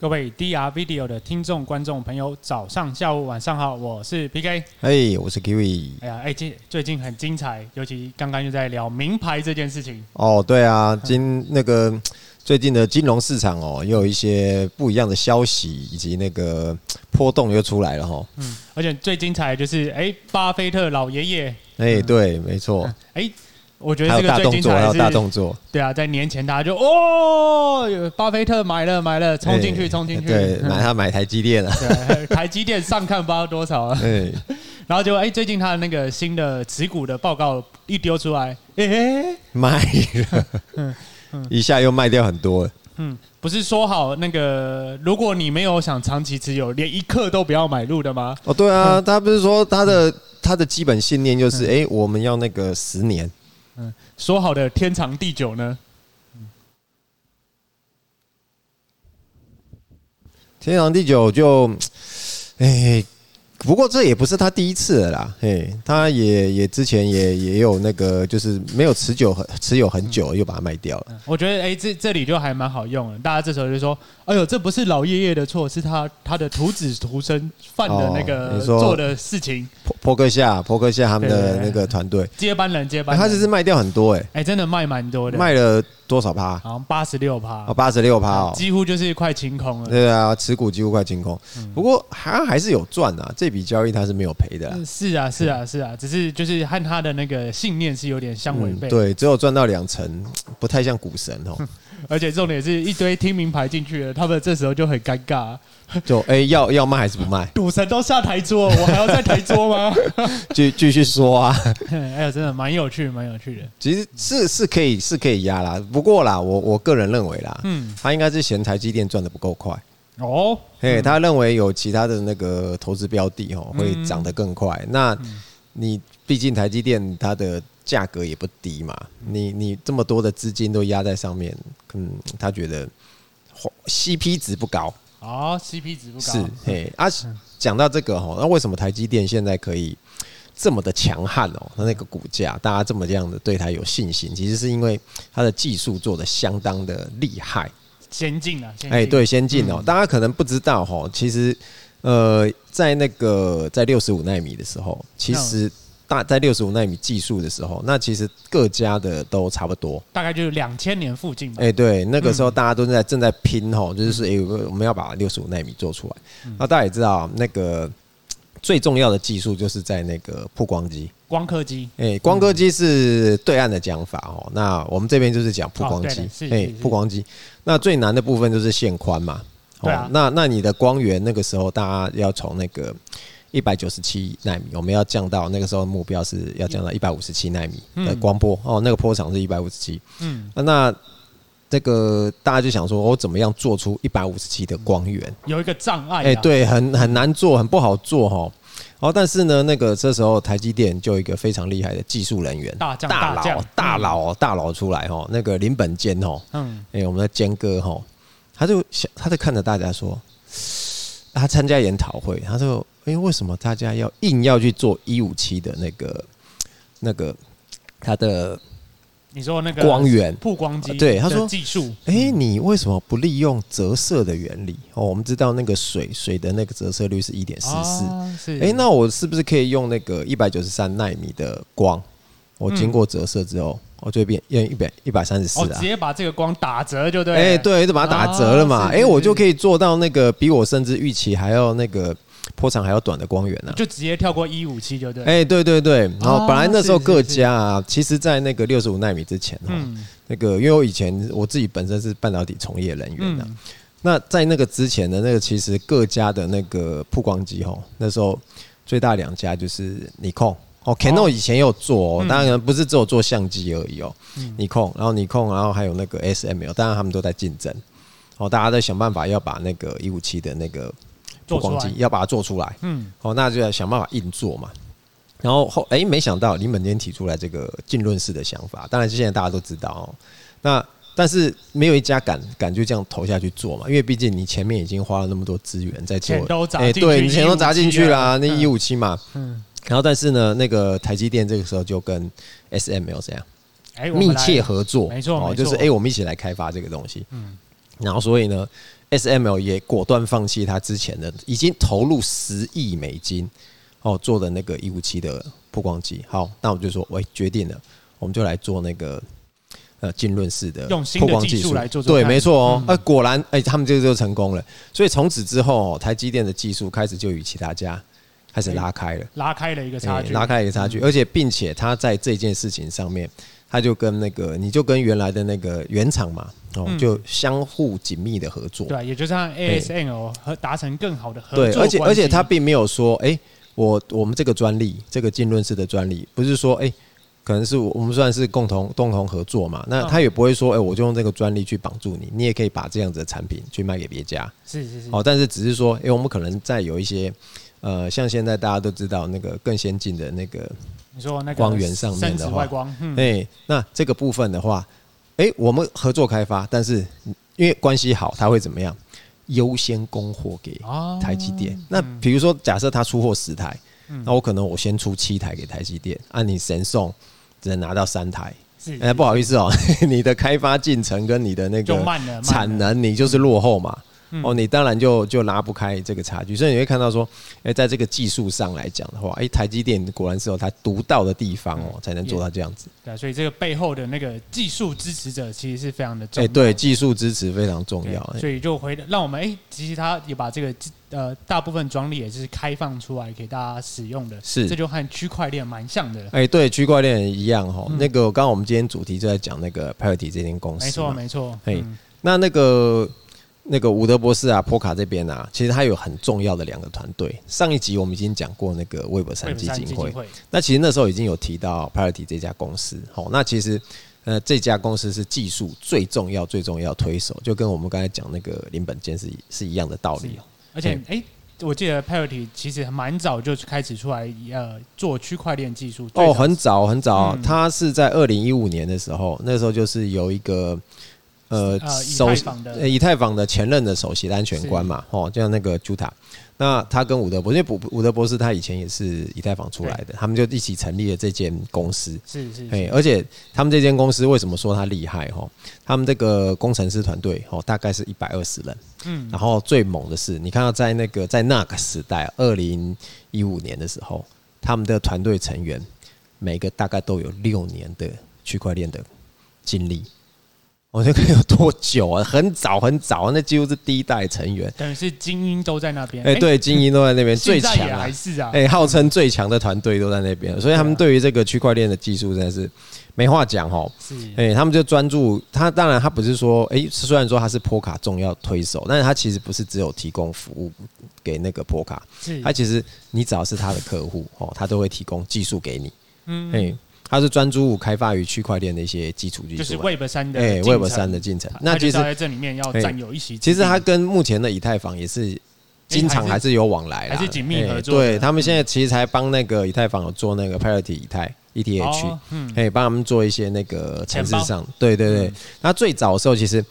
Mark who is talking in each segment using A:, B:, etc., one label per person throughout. A: 各位 DR Video 的听众、观众朋友，早上、下午、晚上好，我是 PK。
B: 嘿，我是 Kiwi。
A: 哎呀，哎，近最近很精彩，尤其刚刚又在聊名牌这件事情。
B: 哦，对
A: 嗯
B: 啊，今那个最近的金融市场哦，又有一些不一样的消息，以及那个波动又出来了哈、哦。
A: 嗯，而且最精彩的就是，哎，巴菲特老爷爷，
B: 哎，对，没错，
A: 哎，我觉
B: 还
A: 得这个
B: 有大
A: 最
B: 动
A: 精
B: 作，
A: 彩
B: 还
A: 的
B: 有
A: 是，
B: 大动作，
A: 对啊，在年前大家就哦，巴菲特买了买了，冲进
B: 哎
A: 去冲进去， 嗯
B: 对，买他买台积电啊。
A: 对，台积电上看不知道多少了。
B: 哎，
A: 然后结果哎，最近他的那个新的持股的报告一丢出来，哎、
B: 卖了，一下又卖掉很多了。
A: 嗯，不是说好那个，如果你没有想长期持有，连一克都不要买入的吗？
B: 哦，对啊，
A: 嗯
B: 他不是说他的他的基本信念就是，哎，我们要那个十年。
A: 说好的天长地久呢？
B: 天长地久就，哎、不过这也不是他第一次了啦，嘿、他也也之前也也有那个，就是没有持久很持有很久，又把它卖掉了。
A: 我觉得哎、这这里就还蛮好用的。大家这时候就说：“哎呦，这不是老爷爷的错，是他他的徒子徒孙犯的那
B: 哦
A: 个
B: 你说
A: 做的事情。
B: 波波克夏，波克夏他们
A: 对对
B: 的
A: 对
B: 那个团队，”
A: 接班人，接班
B: 哎
A: 人，
B: 他这是卖掉很多哎、
A: 哎、真的卖蛮多的，
B: 卖了多少趴？
A: 好像八十六趴
B: 啊，，八十六趴哦。
A: 几乎嗯就是快清空了。
B: 对啊，持股几乎快清空，不过他还是有赚啊，这笔交易他是没有赔的啦。
A: 嗯是啊，是啊，是啊，只是就是和他的那个信念是有点相违
B: 嗯，
A: 背。，
B: 对，只有赚到两成，不太像股神哦。
A: 而且重点是一堆听名牌进去了，他们这时候就很尴尬，
B: 就哎、要要卖还是不卖？
A: 赌神都下台桌，我还要再台桌吗？
B: 继继续说啊。
A: 哎呀，真的蛮有趣，蛮有趣的。
B: 其实是是可以是可以压啦，不过啦，我我个人认为啦，
A: 嗯，
B: 他应该是嫌台积电赚的不够快，
A: 哦，
B: 嘿，他认为有其他的那个投资标的哦会涨得更快。那你毕竟台积电它的价格也不低嘛，你你这么多的资金都压在上面，嗯，他觉得哦 CP 值不高，
A: 哦，CP 值不高，
B: 是嘿啊。讲到这个哦，那为什么台积电现在可以？这么的强悍哦，它那个股价，大家这么这样的对它有信心，其实是因为它的技术做的相当的厉害。
A: 先进啊，先进。
B: 哎、对，先进
A: 嗯
B: 哦、大家可能不知道哈，其实呃，在那个在六十五纳米的时候，其
A: 嗯
B: 实大在六十五纳米技术的时候，那其实各家的都差不多。
A: 大概就是两千年附近吧。
B: 哎、对，那个时候
A: 嗯
B: 大家都在正在拼吼，就是哎、我们要把六十五纳米做出来。
A: 嗯
B: 那大家也知道，那个最重要的技术就是在那个曝光机。
A: 光刻机，
B: 哎、光
A: 嗯
B: 刻机是对岸的讲法哦，那我们这边就是讲曝光
A: 哦
B: 机
A: 对的是，
B: 哎、
A: 是是
B: 曝光机。那最难的部分就是线宽嘛，
A: 对啊
B: 那那你的光源那个时候大家要从那个一百九十七纳米，我们要降到那个时候目标是要降到一百五十七纳米的光波、哦，那个波长是一百五十七。
A: 嗯，
B: 啊那这个大家就想说，哦我怎么样做出一百五十七的光源？
A: 有一个障碍、啊。
B: 哎、，对，很很难做，很不好做哈。哦，但是呢，那个这时候台积电就有一个非常厉害的技术人员，
A: 大将
B: 大
A: 大将
B: 佬
A: 嗯
B: 大佬哦大佬出来哈，那个林本坚哈，
A: 嗯，
B: 哎、我们的坚哥哈，他就想，他就看着大家说，啊他参加研讨会，他说，哎、为什么大家要硬要去做一五七的那个那个他的
A: 你说那个
B: 光源？
A: 曝光机，
B: 对他说
A: 技术，
B: 哎、你为什么不利用折射的原理？哦，我们知道那个水水的那个折射率是一点四四，
A: 啊是，
B: 哎、那我是不是可以用那个一百九十三纳米的光？我
A: 嗯
B: 经过折射之后，我就变变一百一百三十四
A: 哦，
B: 啊
A: 直。接把这个光打折就对了。
B: 哎、对，就把它打折了嘛。
A: 啊是
B: 哎、
A: 是
B: 我
A: 是
B: 就可以做到那个比我甚至预期还要那个波长还要短的光源啊。
A: 就直接跳过一五七就对了。
B: 哎、对对对，然后
A: 啊
B: 本来那时候
A: 是是
B: 各
A: 是
B: 家啊，其实，在那个六十五纳米之前哦，
A: 嗯
B: 那个因为我以前我自己本身是半导体从业人
A: 嗯
B: 员啊，那在那个之前的那个，其实各家的那个曝光机吼，那时候最大两家就是尼控哦，Canon 以前也有做、哦，当然不是只有做相机而已哦，尼控，然后尼控，然后还有那个 SML，当然他们都在竞争哦，大家在想办法要把那个一五七的那个曝光
A: 做出
B: 机要把它做出来，
A: 嗯，
B: 哦，那就要想办法硬做嘛。然后后哎、没想到林本坚提出来这个浸润式的想法，当然现在大家都知道哦。那但是没有一家敢敢就这样投下去做嘛，因为毕竟你前面已经花了那么多资源在做，
A: 钱都砸
B: 哎
A: 进去
B: 对，你钱都砸进去
A: 157
B: 啦、
A: 啊
B: 那一五七嘛。
A: 嗯
B: 然后但是呢，那个台积电这个时候就跟 SML 这样
A: 哎，我们
B: 密
A: 来
B: 切合作，
A: 没错
B: 哦
A: 没错
B: 就是哎、我们一起来开发这个东西。嗯，然后所以呢 SML 也果断放弃它之前的已经投入十亿美金哦做的那个一五七的曝光机。好，那我就说，我决定了，我们就来做那个呃浸润式的
A: 用新
B: 曝
A: 的
B: 光
A: 技
B: 技
A: 术
B: 术
A: 来做做
B: 对，
A: 看嗯
B: 没错哦。呃，果然，哎、他们这个就成功了。所以从此之后、哦，台积电的技术开始就与其他家开始拉开了。
A: 拉开了一个差距，嗯
B: 欸拉开一个差距，而且并且他在这件事情上面，他就跟那个你就跟原来的那个原厂嘛，哦，
A: 嗯
B: 就相互紧密的合作，
A: 对，也就是让 ASML 和达成更好的合作
B: 对，而且
A: 关
B: 而
A: 系
B: 且他并没有说，哎、我我们这个专利，这个浸润式的专利，不是说，哎、可能是我我们算是共同共同合作嘛，那
A: 嗯
B: 他也不会说，哎、我就用这个专利去绑住你，你也可以把这样子的产品去卖给别家，
A: 是是是，
B: 哦，但是只是说，哎、我们可能在有一些，呃，像现在大家都知道那个更先进的那个
A: 你说那个
B: 光源上面的
A: 深紫
B: 话
A: 外光，嗯，
B: 哎、那这个部分的话，哎、我们合作开发，但是因为关系好，他会怎么样？优先供货给
A: 哦嗯
B: 台积电。那比如说，假设他出货十台，那我可能我先出七台给台积电，按、你神送只能拿到三台。
A: 是
B: 哎、不好意思哦、 你的开发进程跟你的那
A: 就
B: 个
A: 慢了，慢了嗯
B: 产能，你就是落后嘛。哦，你当然就就拉不开这个差距，所以你会看到说，哎、在这个技术上来讲的话，哎、台积电果然是有它独到的地方
A: 嗯
B: 哦、才能做到这样子。
A: 对啊，所以这个背后的那个技术支持者其实是非常的重
B: 哎、
A: 要。
B: 对，技术支持非常重
A: 对
B: 要。哎
A: 所以就回让我们哎、其实他也把这个呃大部分专利也是开放出来给大家使用的，
B: 是
A: 这就和区块链蛮像的。
B: 哎、对，区块链也一样哈、那个，刚刚我们今天主题就在讲那个 Parity 这间公司嘛，
A: 嗯没错，没错。
B: 哎
A: 嗯，
B: 那那个那个伍德博士啊，波卡这边啊，其实他有很重要的两个团队。上一集我们已经讲过那个魏博
A: 惠
B: 山
A: 普
B: 基
A: 山
B: 金
A: 基
B: 会
A: 金，会
B: 那其实那时候已经有提到 Parity 这家公司，好，那其实呃这家公司是技术最重要、最重要的推手，就跟我们刚才讲那个林本坚是一是一样的道理。
A: 而且哎、我记得 Parity 其实蛮早就开始出来呃做区块链技术。最
B: 哦，
A: 早
B: 很早很早
A: 嗯，
B: 他是在二零一五年的时候，那时候就是有一个呃
A: 呃以
B: 首
A: 太坊的
B: 呃以太坊的前任的首席的安全官嘛，哦，就像那个朱塔，那他跟伍德博士，因为卜伍德博士他以前也是以太坊出来的，他们就一起成立了这间公司。
A: 是是
B: 哎
A: 是，
B: 而且他们这间公司为什么说它厉害？哈，他们这个工程师团队哦，大概是一百二十人，
A: 嗯，
B: 然后最猛的是，你看到在那个在那个时代，二零一五年的时候，他们的团队成员每个大概都有六年的区块链的经历。我那个有多久啊？很早很早，那几乎是第一代成员。
A: 等于是精英都在那边。
B: 哎、对，精英都在那边，最
A: 现在
B: 强
A: 也
B: 啊
A: 还！是啊。
B: 哎、号称最强的团队都在那边，所以他们
A: 对啊
B: 对于这个区块链的技术真的是没话讲哦。
A: 是
B: 哎、他们就专注他，当然他不是说，哎、虽然说他是波卡重要推手，但是他其实不是只有提供服务给那个波卡，
A: 是，
B: 他其实你只要是他的客户哦，他都会提供技术给你。
A: 嗯
B: 哎、他是专注开发于区块链的一些基础技术嘛，
A: 就是 Web 三的
B: 哎
A: 进程
B: Web 三的进程
A: 它。
B: 那
A: 它就
B: 其
A: 是要
B: 实
A: 在这里面要
B: 哎
A: 占有一席之地。
B: 其实他跟目前的以太坊也是。经常还是有往来啦，
A: 哎还是紧密合
B: 哎
A: 作的
B: 对他们现在其实才帮那个以太坊有做那个 Parity 以太，E ETH，、
A: 哦嗯，
B: 可以帮他们做一些那个城市
A: 钱包
B: 上，对对对
A: 嗯。
B: 那最早的时候，其实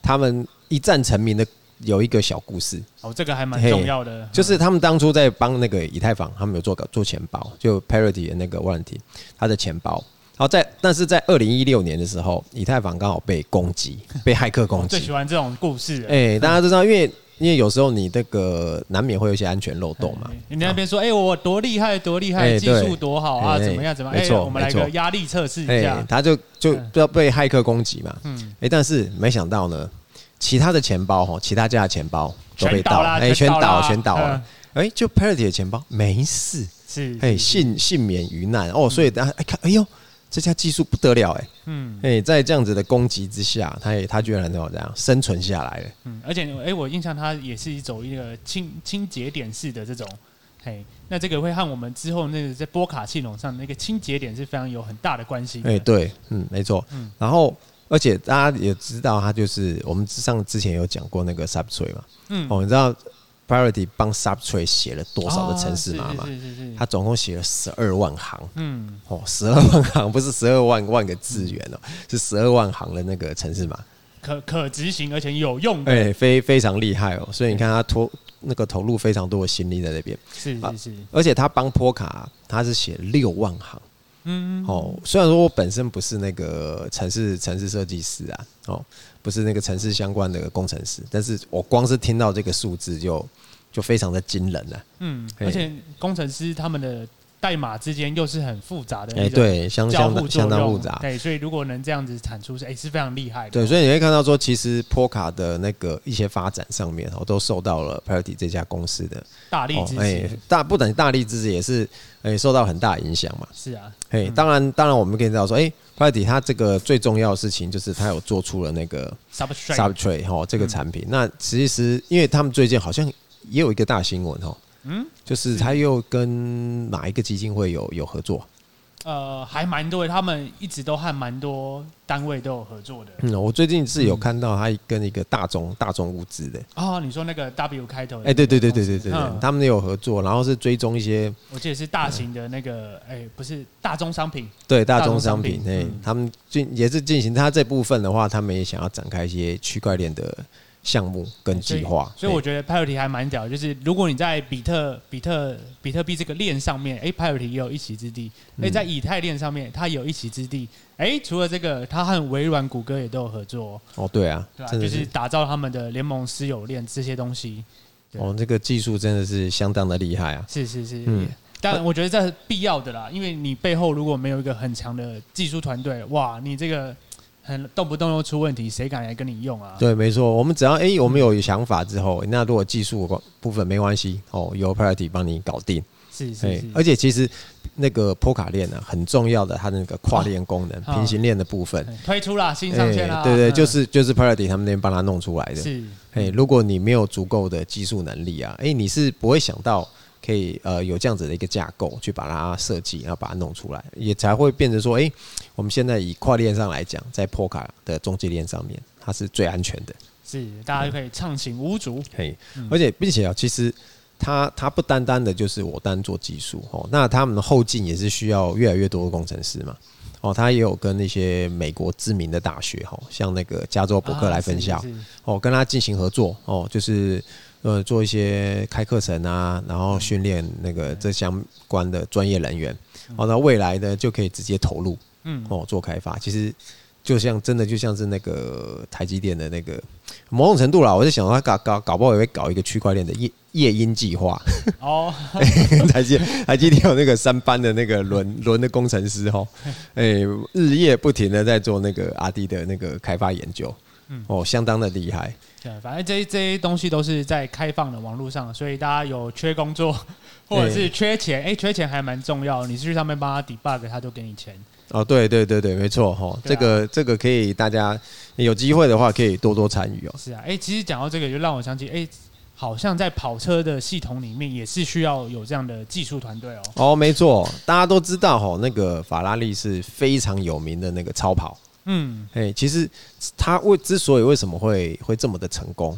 B: 他们一战成名的有一个小故事，
A: 哦，这个还蛮
B: 嘿
A: 重要的，
B: 就是他们当初在帮那个以太坊，他们有做个做钱包，就 Parity 的那个 Warranty，他的钱包。然后在，但是在二零一六年的时候，以太坊刚好被攻击，被骇客 攻
A: 嗯我最
B: 击
A: 喜。欢这种故事了。
B: 哎、大家都知道，因为因为有时候你这个难免会有一些安全漏洞嘛
A: 哎。你那边说，哎，我多厉害，多厉害，
B: 哎
A: 技术
B: 对
A: 多好啊，
B: 哎
A: 怎么样，怎么样？
B: 没
A: 哎，
B: 错
A: 我们来
B: 没错
A: 个压力测试一
B: 哎、
A: 下。
B: 他就就不要被骇客攻击嘛。
A: 嗯，
B: 哎、但是没想到呢，其他的钱包哈，其他家的钱包都被盗了，
A: 啦，
B: 哎，全
A: 倒
B: 倒
A: 啦，
B: 全倒了
A: 嗯，，
B: 哎、就 Parity 的钱包没事，
A: 是，
B: 哎、
A: 是，
B: 幸幸免于难哦，所以大家哎看，哎呦，这家技术不得了哎、
A: 嗯
B: 哎、在这样子的攻击之下，他也他居然能够这样生存下来了，
A: 嗯，而且，哎，我印象它也是走一个清清节点式的这种。嘿，那这个会和我们之后那个在波卡系统上那个清节点是非常有很大的关系的。
B: 哎、对，嗯，没错，
A: 嗯
B: 然后。而且大家也知道，他就是我们上之前有讲过那个 Subtray 嘛，
A: 嗯
B: 哦，你知道 Parity 帮 Subtray 写了多少的
A: 啊
B: 城市码吗？
A: 是是是是，
B: 他总共写了十二万行，
A: 嗯，
B: 哦，十二万行不 是十二万万个字元哦，是十二万行的那个城市码，
A: 可可执行而且有用的，
B: 哎、非非常厉害哦。所以你看他投那个投入非常多的心力在那边，
A: 是
B: 啊
A: 是是，
B: 而且他帮波卡，他是写六万行，
A: 嗯，
B: 哦，虽然说我本身不是那个城市城市设计师啊，哦，不是那个城市相关的工程师，但是我光是听到这个数字就就非常的惊人了、
A: 嗯，
B: 嘿
A: 而且工程师他们的代码之间又是很复杂的
B: 哎、
A: 那种
B: 对，相
A: 交
B: 相
A: 互
B: 当
A: 作
B: 相当
A: 用，
B: 复杂。
A: 对，所以如果能这样子产出是，哎、是非常厉害的。
B: 对，所以你会看到说，其实 p o c a 的那个一些发展上面，哦，都受到了 Parity 这家公司的哦哎
A: 大力支持、
B: 大不等大力支持，也是哎、受到很大影响嘛。
A: 是啊，
B: 哎、当然，当然我们可以知道说，哎、p a r t y 它这个最重要的事情就是它有做出了那个
A: substrate
B: Subtray 哈这个
A: 嗯
B: 产品。那其实因为他们最近好像也有一个大新闻哈，
A: 嗯
B: 嗯，就是他又跟哪一个基金会有有合作？
A: 呃还蛮多的，他们一直都和蛮多单位都有合作的。
B: 嗯，我最近是有看到他跟一个大众大众物资的，
A: 哦，你说那个 W 开头的那个
B: 哎、对对对
A: 公
B: 对
A: 司
B: 对对
A: 嗯
B: 对，他们有合作，然后是追踪一些
A: 我记得是大型的那个，哎、不是大宗商品，
B: 对大
A: 大宗
B: 众
A: 商
B: 商品，
A: 品
B: 哎、
A: 嗯
B: 他们进也是进行他这部分的话，他们也想要展开一些区块链的项目跟
A: 所以
B: 计划，
A: 所以我
B: 哎
A: 觉得 Parity 还蛮屌的，就是如果你在比特、比特、比特币这个链上面，哎、p a r i t y 也有一席之地；哎、
B: 嗯
A: 在以太链上面，它也有一席之地。哎、除了这个，它和微软、谷歌也都有合作哦、
B: 哦对啊，
A: 对吧、
B: 真
A: 就
B: 的
A: 是打造他们的联盟私有链这些东西。对
B: 哦，这个技术真的是相当的厉害啊！
A: 是是是，
B: 嗯
A: 但我觉得这是必要的啦，因为你背后如果没有一个很强的技术团队，哇，你这个很动不动又出问题，谁敢来跟你用啊？嗯
B: 对，没错，我们只要哎、我们有想法之后，哎那如果技术的部分没关系哦，由 Priority 帮你搞定。
A: 是是
B: 哎
A: 是，，
B: 而且其实那个 p o c a 链呢，很重要的，它的那个跨链功能、
A: 啊
B: 平行链的部分，
A: 哎推出啦，新上
B: 哎
A: 线啦，
B: 对对，
A: 嗯
B: 就是就是 Priority 他们那边帮他弄出来的。
A: 是
B: 哎，如果你没有足够的技术能力啊，哎，你是不会想到。可以呃有这样子的一个架构去把它设计，然后把它弄出来，也才会变成说，哎、我们现在以跨链上来讲，在 p o c a 的中介链上面，它是最安全的。
A: 是，大家就可以畅行无阻。
B: 嘿，
A: 嗯
B: 而且并且啊，其实它它不单单的就是我单做技术哦，那他们后进也是需要越来越多的工程师嘛。哦，他也有跟那些美国知名的大学哦，像那个加州伯克莱分校、
A: 啊是是
B: 哦，跟他进行合作哦，就是呃做一些开课程啊，然
A: 嗯
B: 后训练那个这相关的专业人员哦，那未来呢就可以直接投入
A: 嗯，
B: 哦做开发，其实。就像真的就像是那个台积电的那个某种程度啦，我在想他搞搞搞不好也会搞一个区块链的夜夜鹰计划。
A: 哦，
B: 台积台积电有那个三班的那个轮轮的工程师哦，哎、日夜不停的在做那个阿迪的那个开发研究，
A: 嗯
B: 哦，相当的厉害。
A: 对，反正这这些东西都是在开放的网络上，所以大家有缺工作或者是缺钱，哎，缺钱还蛮重要，你是去上面帮他 debug，他都给你钱。
B: 哦，对对对对，没错哈、
A: 对
B: 这
A: 啊
B: 个这个可以大家有机会的话可以多多参与哦。
A: 是啊，哎，其实讲到这个，就让我想起，哎，好像在跑车的系统里面也是需要有这样的技术团队哦。
B: 哦，没错，大家都知道哈、那个法拉利是非常有名的那个超跑，
A: 嗯，
B: 哎、其实它为之所以为什么会会这么的成功，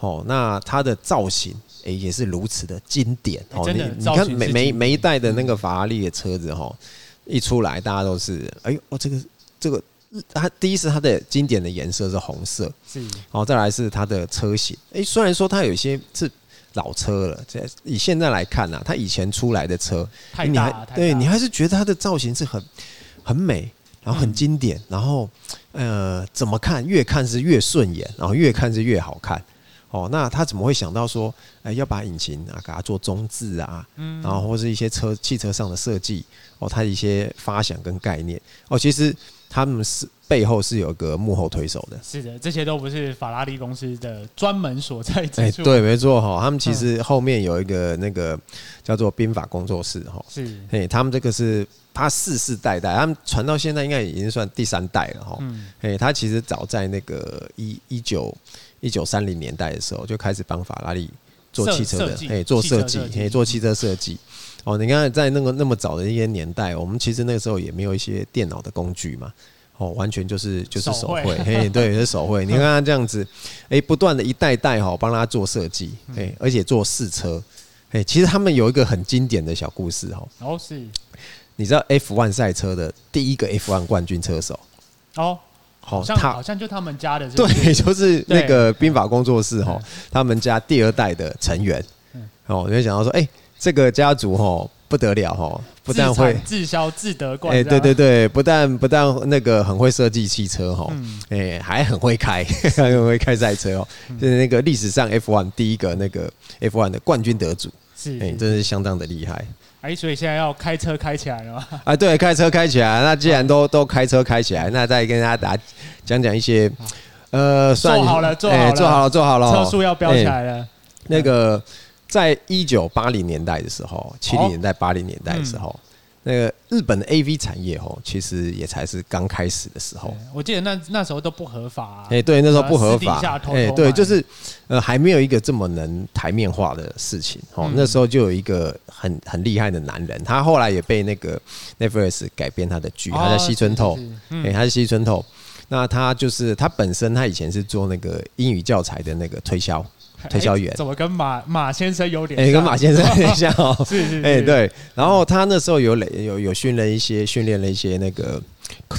B: 哦，那它的造型哎、也是如此的经典
A: 哎
B: 哦。
A: 真的
B: 你你
A: 造型
B: 看
A: 是
B: 每
A: 经
B: 每
A: 典嗯
B: 每一代的那个法拉利的车子哈、一出来大家都是哎呦，哦这个这个，它第一是它的经典的颜色是红色，
A: 是
B: 然后再来是它的车型，哎、虽然说它有一些是老车了，这以现在来看呢、啊，它以前出来的车，
A: 太
B: 哎你
A: 大
B: 还
A: 了，太
B: 对
A: 大啊
B: 你
A: 了
B: 还是觉得它的造型是很很美，然后很经典，
A: 嗯
B: 然后呃，怎么看越看是越顺眼，然后越看是越好看。哦，那他怎么会想到说，哎、要把引擎啊，给它做中置啊，
A: 嗯
B: 然后或是一些车汽车上的设计，哦，它的一些发想跟概念，哦，其实他们是背后是有一个幕后推手的，
A: 是的，这些都不是法拉利公司的专门所在
B: 哎、
A: 之处。，啊
B: 对，没错哈，他们其
A: 嗯
B: 实后面有一个那个叫做兵法工作室哈，
A: 是
B: 嘿、他们这个是他世世代代，他们传到现在应该已经算第三代了哈，
A: 嗯
B: 嘿、他其实早在那个一一九一九三零年代的时候就开始帮法拉利做
A: 设
B: 汽车
A: 设
B: 的，
A: 计
B: 哎、做
A: 汽车
B: 设计
A: 设，计
B: 嘿、做汽车设计。哦，你看在那个那么早的一些年代，我们其实那个时候也没有一些电脑的工具嘛。哦，完全就是就是
A: 手
B: 手
A: 绘
B: 绘， 嘿，对，是手绘。你看他这样子，哎、不断的一代代哈、帮他做设计，
A: 嗯
B: 哎、而且做试车，哎、其实他们有一个很经典的小故事哈、哦，
A: 哦是
B: 你知道 F1 赛车的第一个 F1 冠军车手，
A: 哦，
B: 好、
A: 好像好
B: 他
A: 像就他们家的是不是
B: 对，就是那个兵法工作室哈、他们家第二代的成员
A: 嗯，
B: 哦，你会想到说，哎、这个家族哈、不不得了哈，不
A: 自
B: 但会
A: 产自销自得冠。
B: 哎、
A: 这样
B: 对对，对，不但不但那个很会设计汽车哈，哎、
A: 嗯
B: 还很会开， 还很会开赛车哦，就是那个历史上 F1 第一个那个 F1 的冠军得主，
A: 是
B: 哎、
A: 是
B: 真是相当的厉害
A: 哎，所以现在要开车开起来了吗？
B: 啊！对，开车开起来，那既然
A: 啊
B: 都都开车开起来，那再跟大家打讲讲一些，呃，算
A: 做好了做好
B: 哎
A: 了
B: 做好了，做好了哦，
A: 车速要飙起
B: 哎
A: 来了，
B: 那个在一九八零年代的时候，七零年代、八零年代的时
A: 哦
B: 候，
A: 嗯
B: 那个日本的 AV 产业哦，其实也才是刚开始的时候
A: 对。我记得那那时候都不合法啊。
B: 哎、对，那时候不合
A: 私底
B: 法
A: 下偷。偷
B: 哎、
A: 买
B: 对，就是呃，还没有一个这么能台面化的事情哦。
A: 嗯
B: 那时候就有一个很很厉害的男人，他后来也被那个 Netflix 改编他的剧，他叫西村透
A: 哦是。是是
B: 哎、
A: 嗯
B: 他是西村透。那他就是他本身，他以前是做那个英语教材的那个推销，推销员
A: 哎怎么跟马马先生有点
B: 哎、
A: 像？
B: 跟马先生很像哦。
A: 是是是
B: 哎、，对，然后他那时候有累有有训练一些训练了一些那个，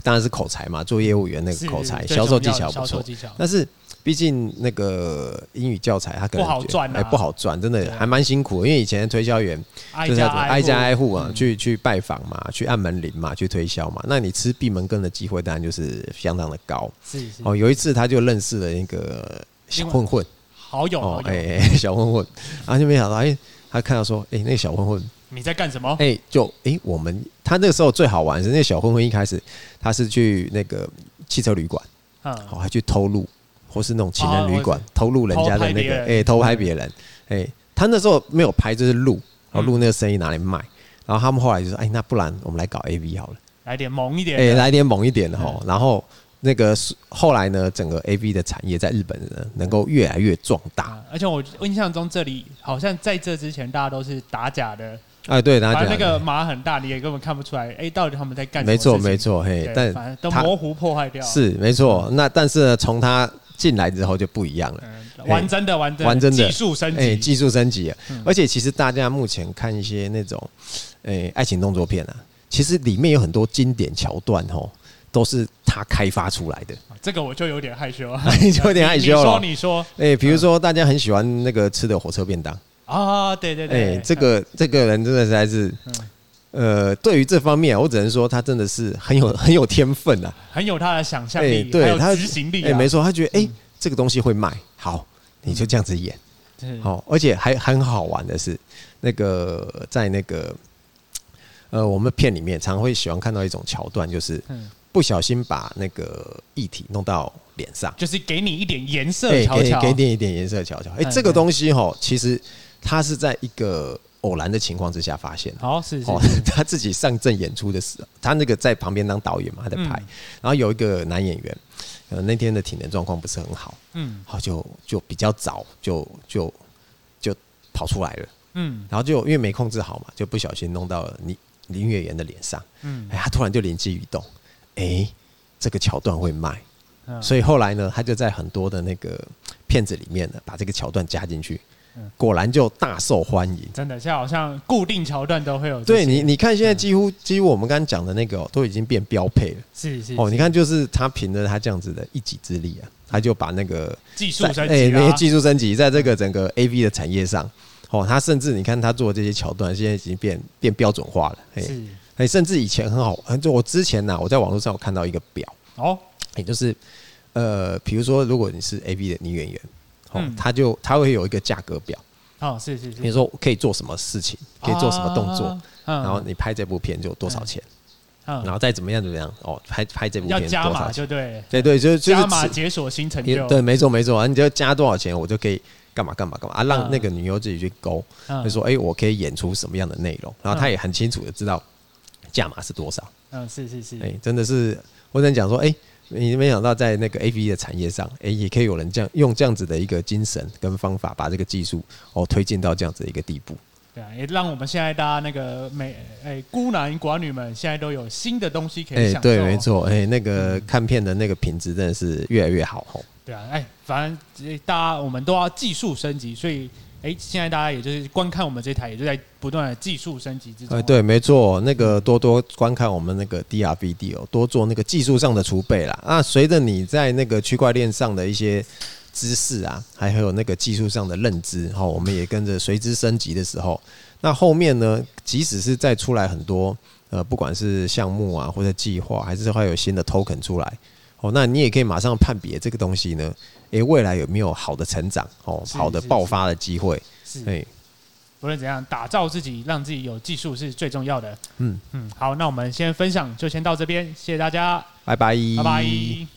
B: 当然是口才嘛，做业务员那
A: 是
B: 个口才、
A: 最
B: 销售
A: 重
B: 技
A: 要
B: 巧不
A: 销售
B: 错。
A: 技巧
B: 但是毕竟那个英语教材，他可能
A: 不好
B: 觉得
A: 赚啊
B: 哎不好赚，真
A: 对
B: 的还蛮辛苦。因为以前的推销员
A: 挨
B: 就是
A: 家
B: 要怎么挨家
A: 户
B: 挨户啊，去去拜访嘛，去按门铃嘛，去推销嘛。
A: 嗯
B: 那你吃闭门羹的机会当然就是相当的高。
A: 是是
B: 哦，有一次他就认识了那个小
A: 另外
B: 混混。
A: 好友
B: 哦
A: 好，友，
B: 哎、哎，小混混，然后就没想到，哎、他看到说，哎、那个小混混，
A: 你在干什么？
B: 哎、就哎、我们他那个时候最好玩是，那个小混混一开始他是去那个汽车旅馆，
A: 嗯
B: 哦，还去偷录，或是那种情人旅馆、
A: 哦
B: 偷录人家的那个，哎、
A: 偷
B: 偷
A: 拍
B: 拍
A: 别
B: 别人，哎、他那时候没有拍，就是录，然后
A: 嗯
B: 录那个声音拿来卖。然后他们后来就说：“哎，那不然我们来搞 A V 好了，
A: 来点萌一点
B: 哎，
A: 的，
B: 来点猛一
A: 嗯
B: 点的哈。”然后那个是后来呢，整个 A V 的产业在日本呢能够越来越壮大，
A: 啊而且我印象中这里好像在这之前大家都是打假的，
B: 哎，对，大
A: 反
B: 家
A: 正那个码很大，你也根本看不出来，哎，到底他们在干什么
B: 没
A: 事情？
B: 错没错，嘿
A: 对，，
B: 但
A: 反嗯正都
B: 他
A: 模糊破坏掉，
B: 是没错。那但是呢，从他进来之后就不一样了，
A: 嗯，玩真的玩真
B: 哎玩真的
A: 技术升
B: 哎，
A: 级，
B: 技术升级了
A: 嗯。
B: 而且其实大家目前看一些那种，哎，爱情动作片啊，其实里面有很多经典桥段哦，都是他开发出来的，
A: 哦这个我就有点害 羞，
B: 就哎有点害羞了
A: 你。你说你
B: 哎，比如说大家很喜欢那个吃的火车便当，
A: 说啊，对对对
B: 哎，，这个这个人真的实在是
A: 嗯。
B: 呃，对于这方面啊，我只能说他真的是很有 很有天分啊。
A: 嗯很有他的想象力，
B: 哎对
A: 还有
B: 他
A: 执行力、啊，嗯
B: 哎、没错，他觉得哎、这个东西会卖，好，你就这样子演，
A: 是，
B: 好、而且还很好玩的是，那个在那个呃，我们片里面常会喜欢看到一种桥段，就是
A: 嗯，
B: 不小心把那个液体弄到脸上，
A: 就是给你一点颜色，
B: 哎、
A: 瞧瞧，
B: 给给点一点颜色瞧瞧，哎、
A: 嗯
B: 这个东西哈，其实它是在一个偶然的情况之下发现的。
A: 好，是是
B: 哦
A: 是，，
B: 他自己上阵演出的时候，他那个在旁边当导演嘛，他在拍，
A: 嗯
B: 然后有一个男演员，呃，那天的体能状况不是很好，
A: 嗯
B: 好就就比较早就就就跑出来了，
A: 嗯
B: 然后就因为没控制好嘛，就不小心弄到了林林月妍的脸上，
A: 嗯
B: 哎，他突然就灵机一动，哎，这个桥段会卖，
A: 嗯，
B: 所以后来呢，他就在很多的那个片子里面呢，把这个桥段加进去
A: 嗯，
B: 果然就大受欢迎。
A: 真的，现在好像固定桥段都会有这些，
B: 对你，你看现在
A: 嗯
B: 几乎几乎我们刚刚讲的那个、哦、都已经变标配了
A: 是是
B: 哦。
A: 是
B: 你看，就是他凭着他这样子的一己之力啊，他就把那个
A: 技术
B: 在
A: 升
B: 哎
A: 级啊
B: 那
A: 啦
B: 些，技术升级，在这个整个 A V 的产业上，哦，他甚至你看他做的这些桥段，现在已经变变标准化了。哎、
A: 是
B: 哎，甚至以前很好，很就我之前呐、我在网络上有看到一个表，
A: 哦，
B: 也就是呃，比如说如果你是 A V 的女演员，哦，
A: 嗯
B: 他就他会有一个价格表，
A: 哦是是是，
B: 比如说可以做什么事情，可以做什么动作。
A: 啊，嗯
B: 然后你拍这部片就多少钱，然
A: 嗯，
B: 后再怎么样怎么样哦，拍拍这部
A: 要
B: 片多
A: 加
B: 少
A: 码
B: 钱？
A: 就对了，
B: 对对，就就是
A: 加码
B: 只
A: 解锁新成
B: 也
A: 就，
B: 对，没错没错，啊你就加多少钱，我就可以干嘛干嘛干嘛啊，
A: 嗯
B: 让那个女优自己去勾，
A: 嗯，
B: 就说哎，我可以演出什么样的内容，然后她也很清楚的知道价码是多少，
A: 嗯是是是，
B: 哎，真的是我只能讲说哎。你没想到在那个 A V 的产业上，哎、也可以有人这样用这样子的一个精神跟方法，把这个技术哦推进到这样子的一个地步。
A: 对啊，也让我们现在大家那个美哎孤男寡女们现在都有新的东西可以享受，哦嗯
B: 对，没错，哎、那个看片的那个品质真的是越来越好吼。
A: 对啊，哎，反正呃大家我们都要技术升级，所以哎，现在大家也就是观看我们这台，也就在不断的技术升级之中。
B: 哎，对，没错，那个多多观看我们那个 DRVD 哦，多做那个技术上的储备啦。那随着你在那个区块链上的一些知识啊，还有那个技术上的认知，哈、我们也跟着随之升级的时候，那后面呢，即使是再出来很多呃，不管是项目啊或者计划，还是会有新的 token 出来。哦，那你也可以马上判别这个东西呢，诶、未来有没有好的成长哦，
A: 是
B: 好的
A: 是
B: 爆发的机会？哎
A: 是
B: 诶，
A: 不论怎样，打造自己，让自己有技术是最重要的。
B: 嗯
A: 嗯，好，那我们先分享就先到这边，谢谢大家，
B: 拜拜，
A: 拜拜。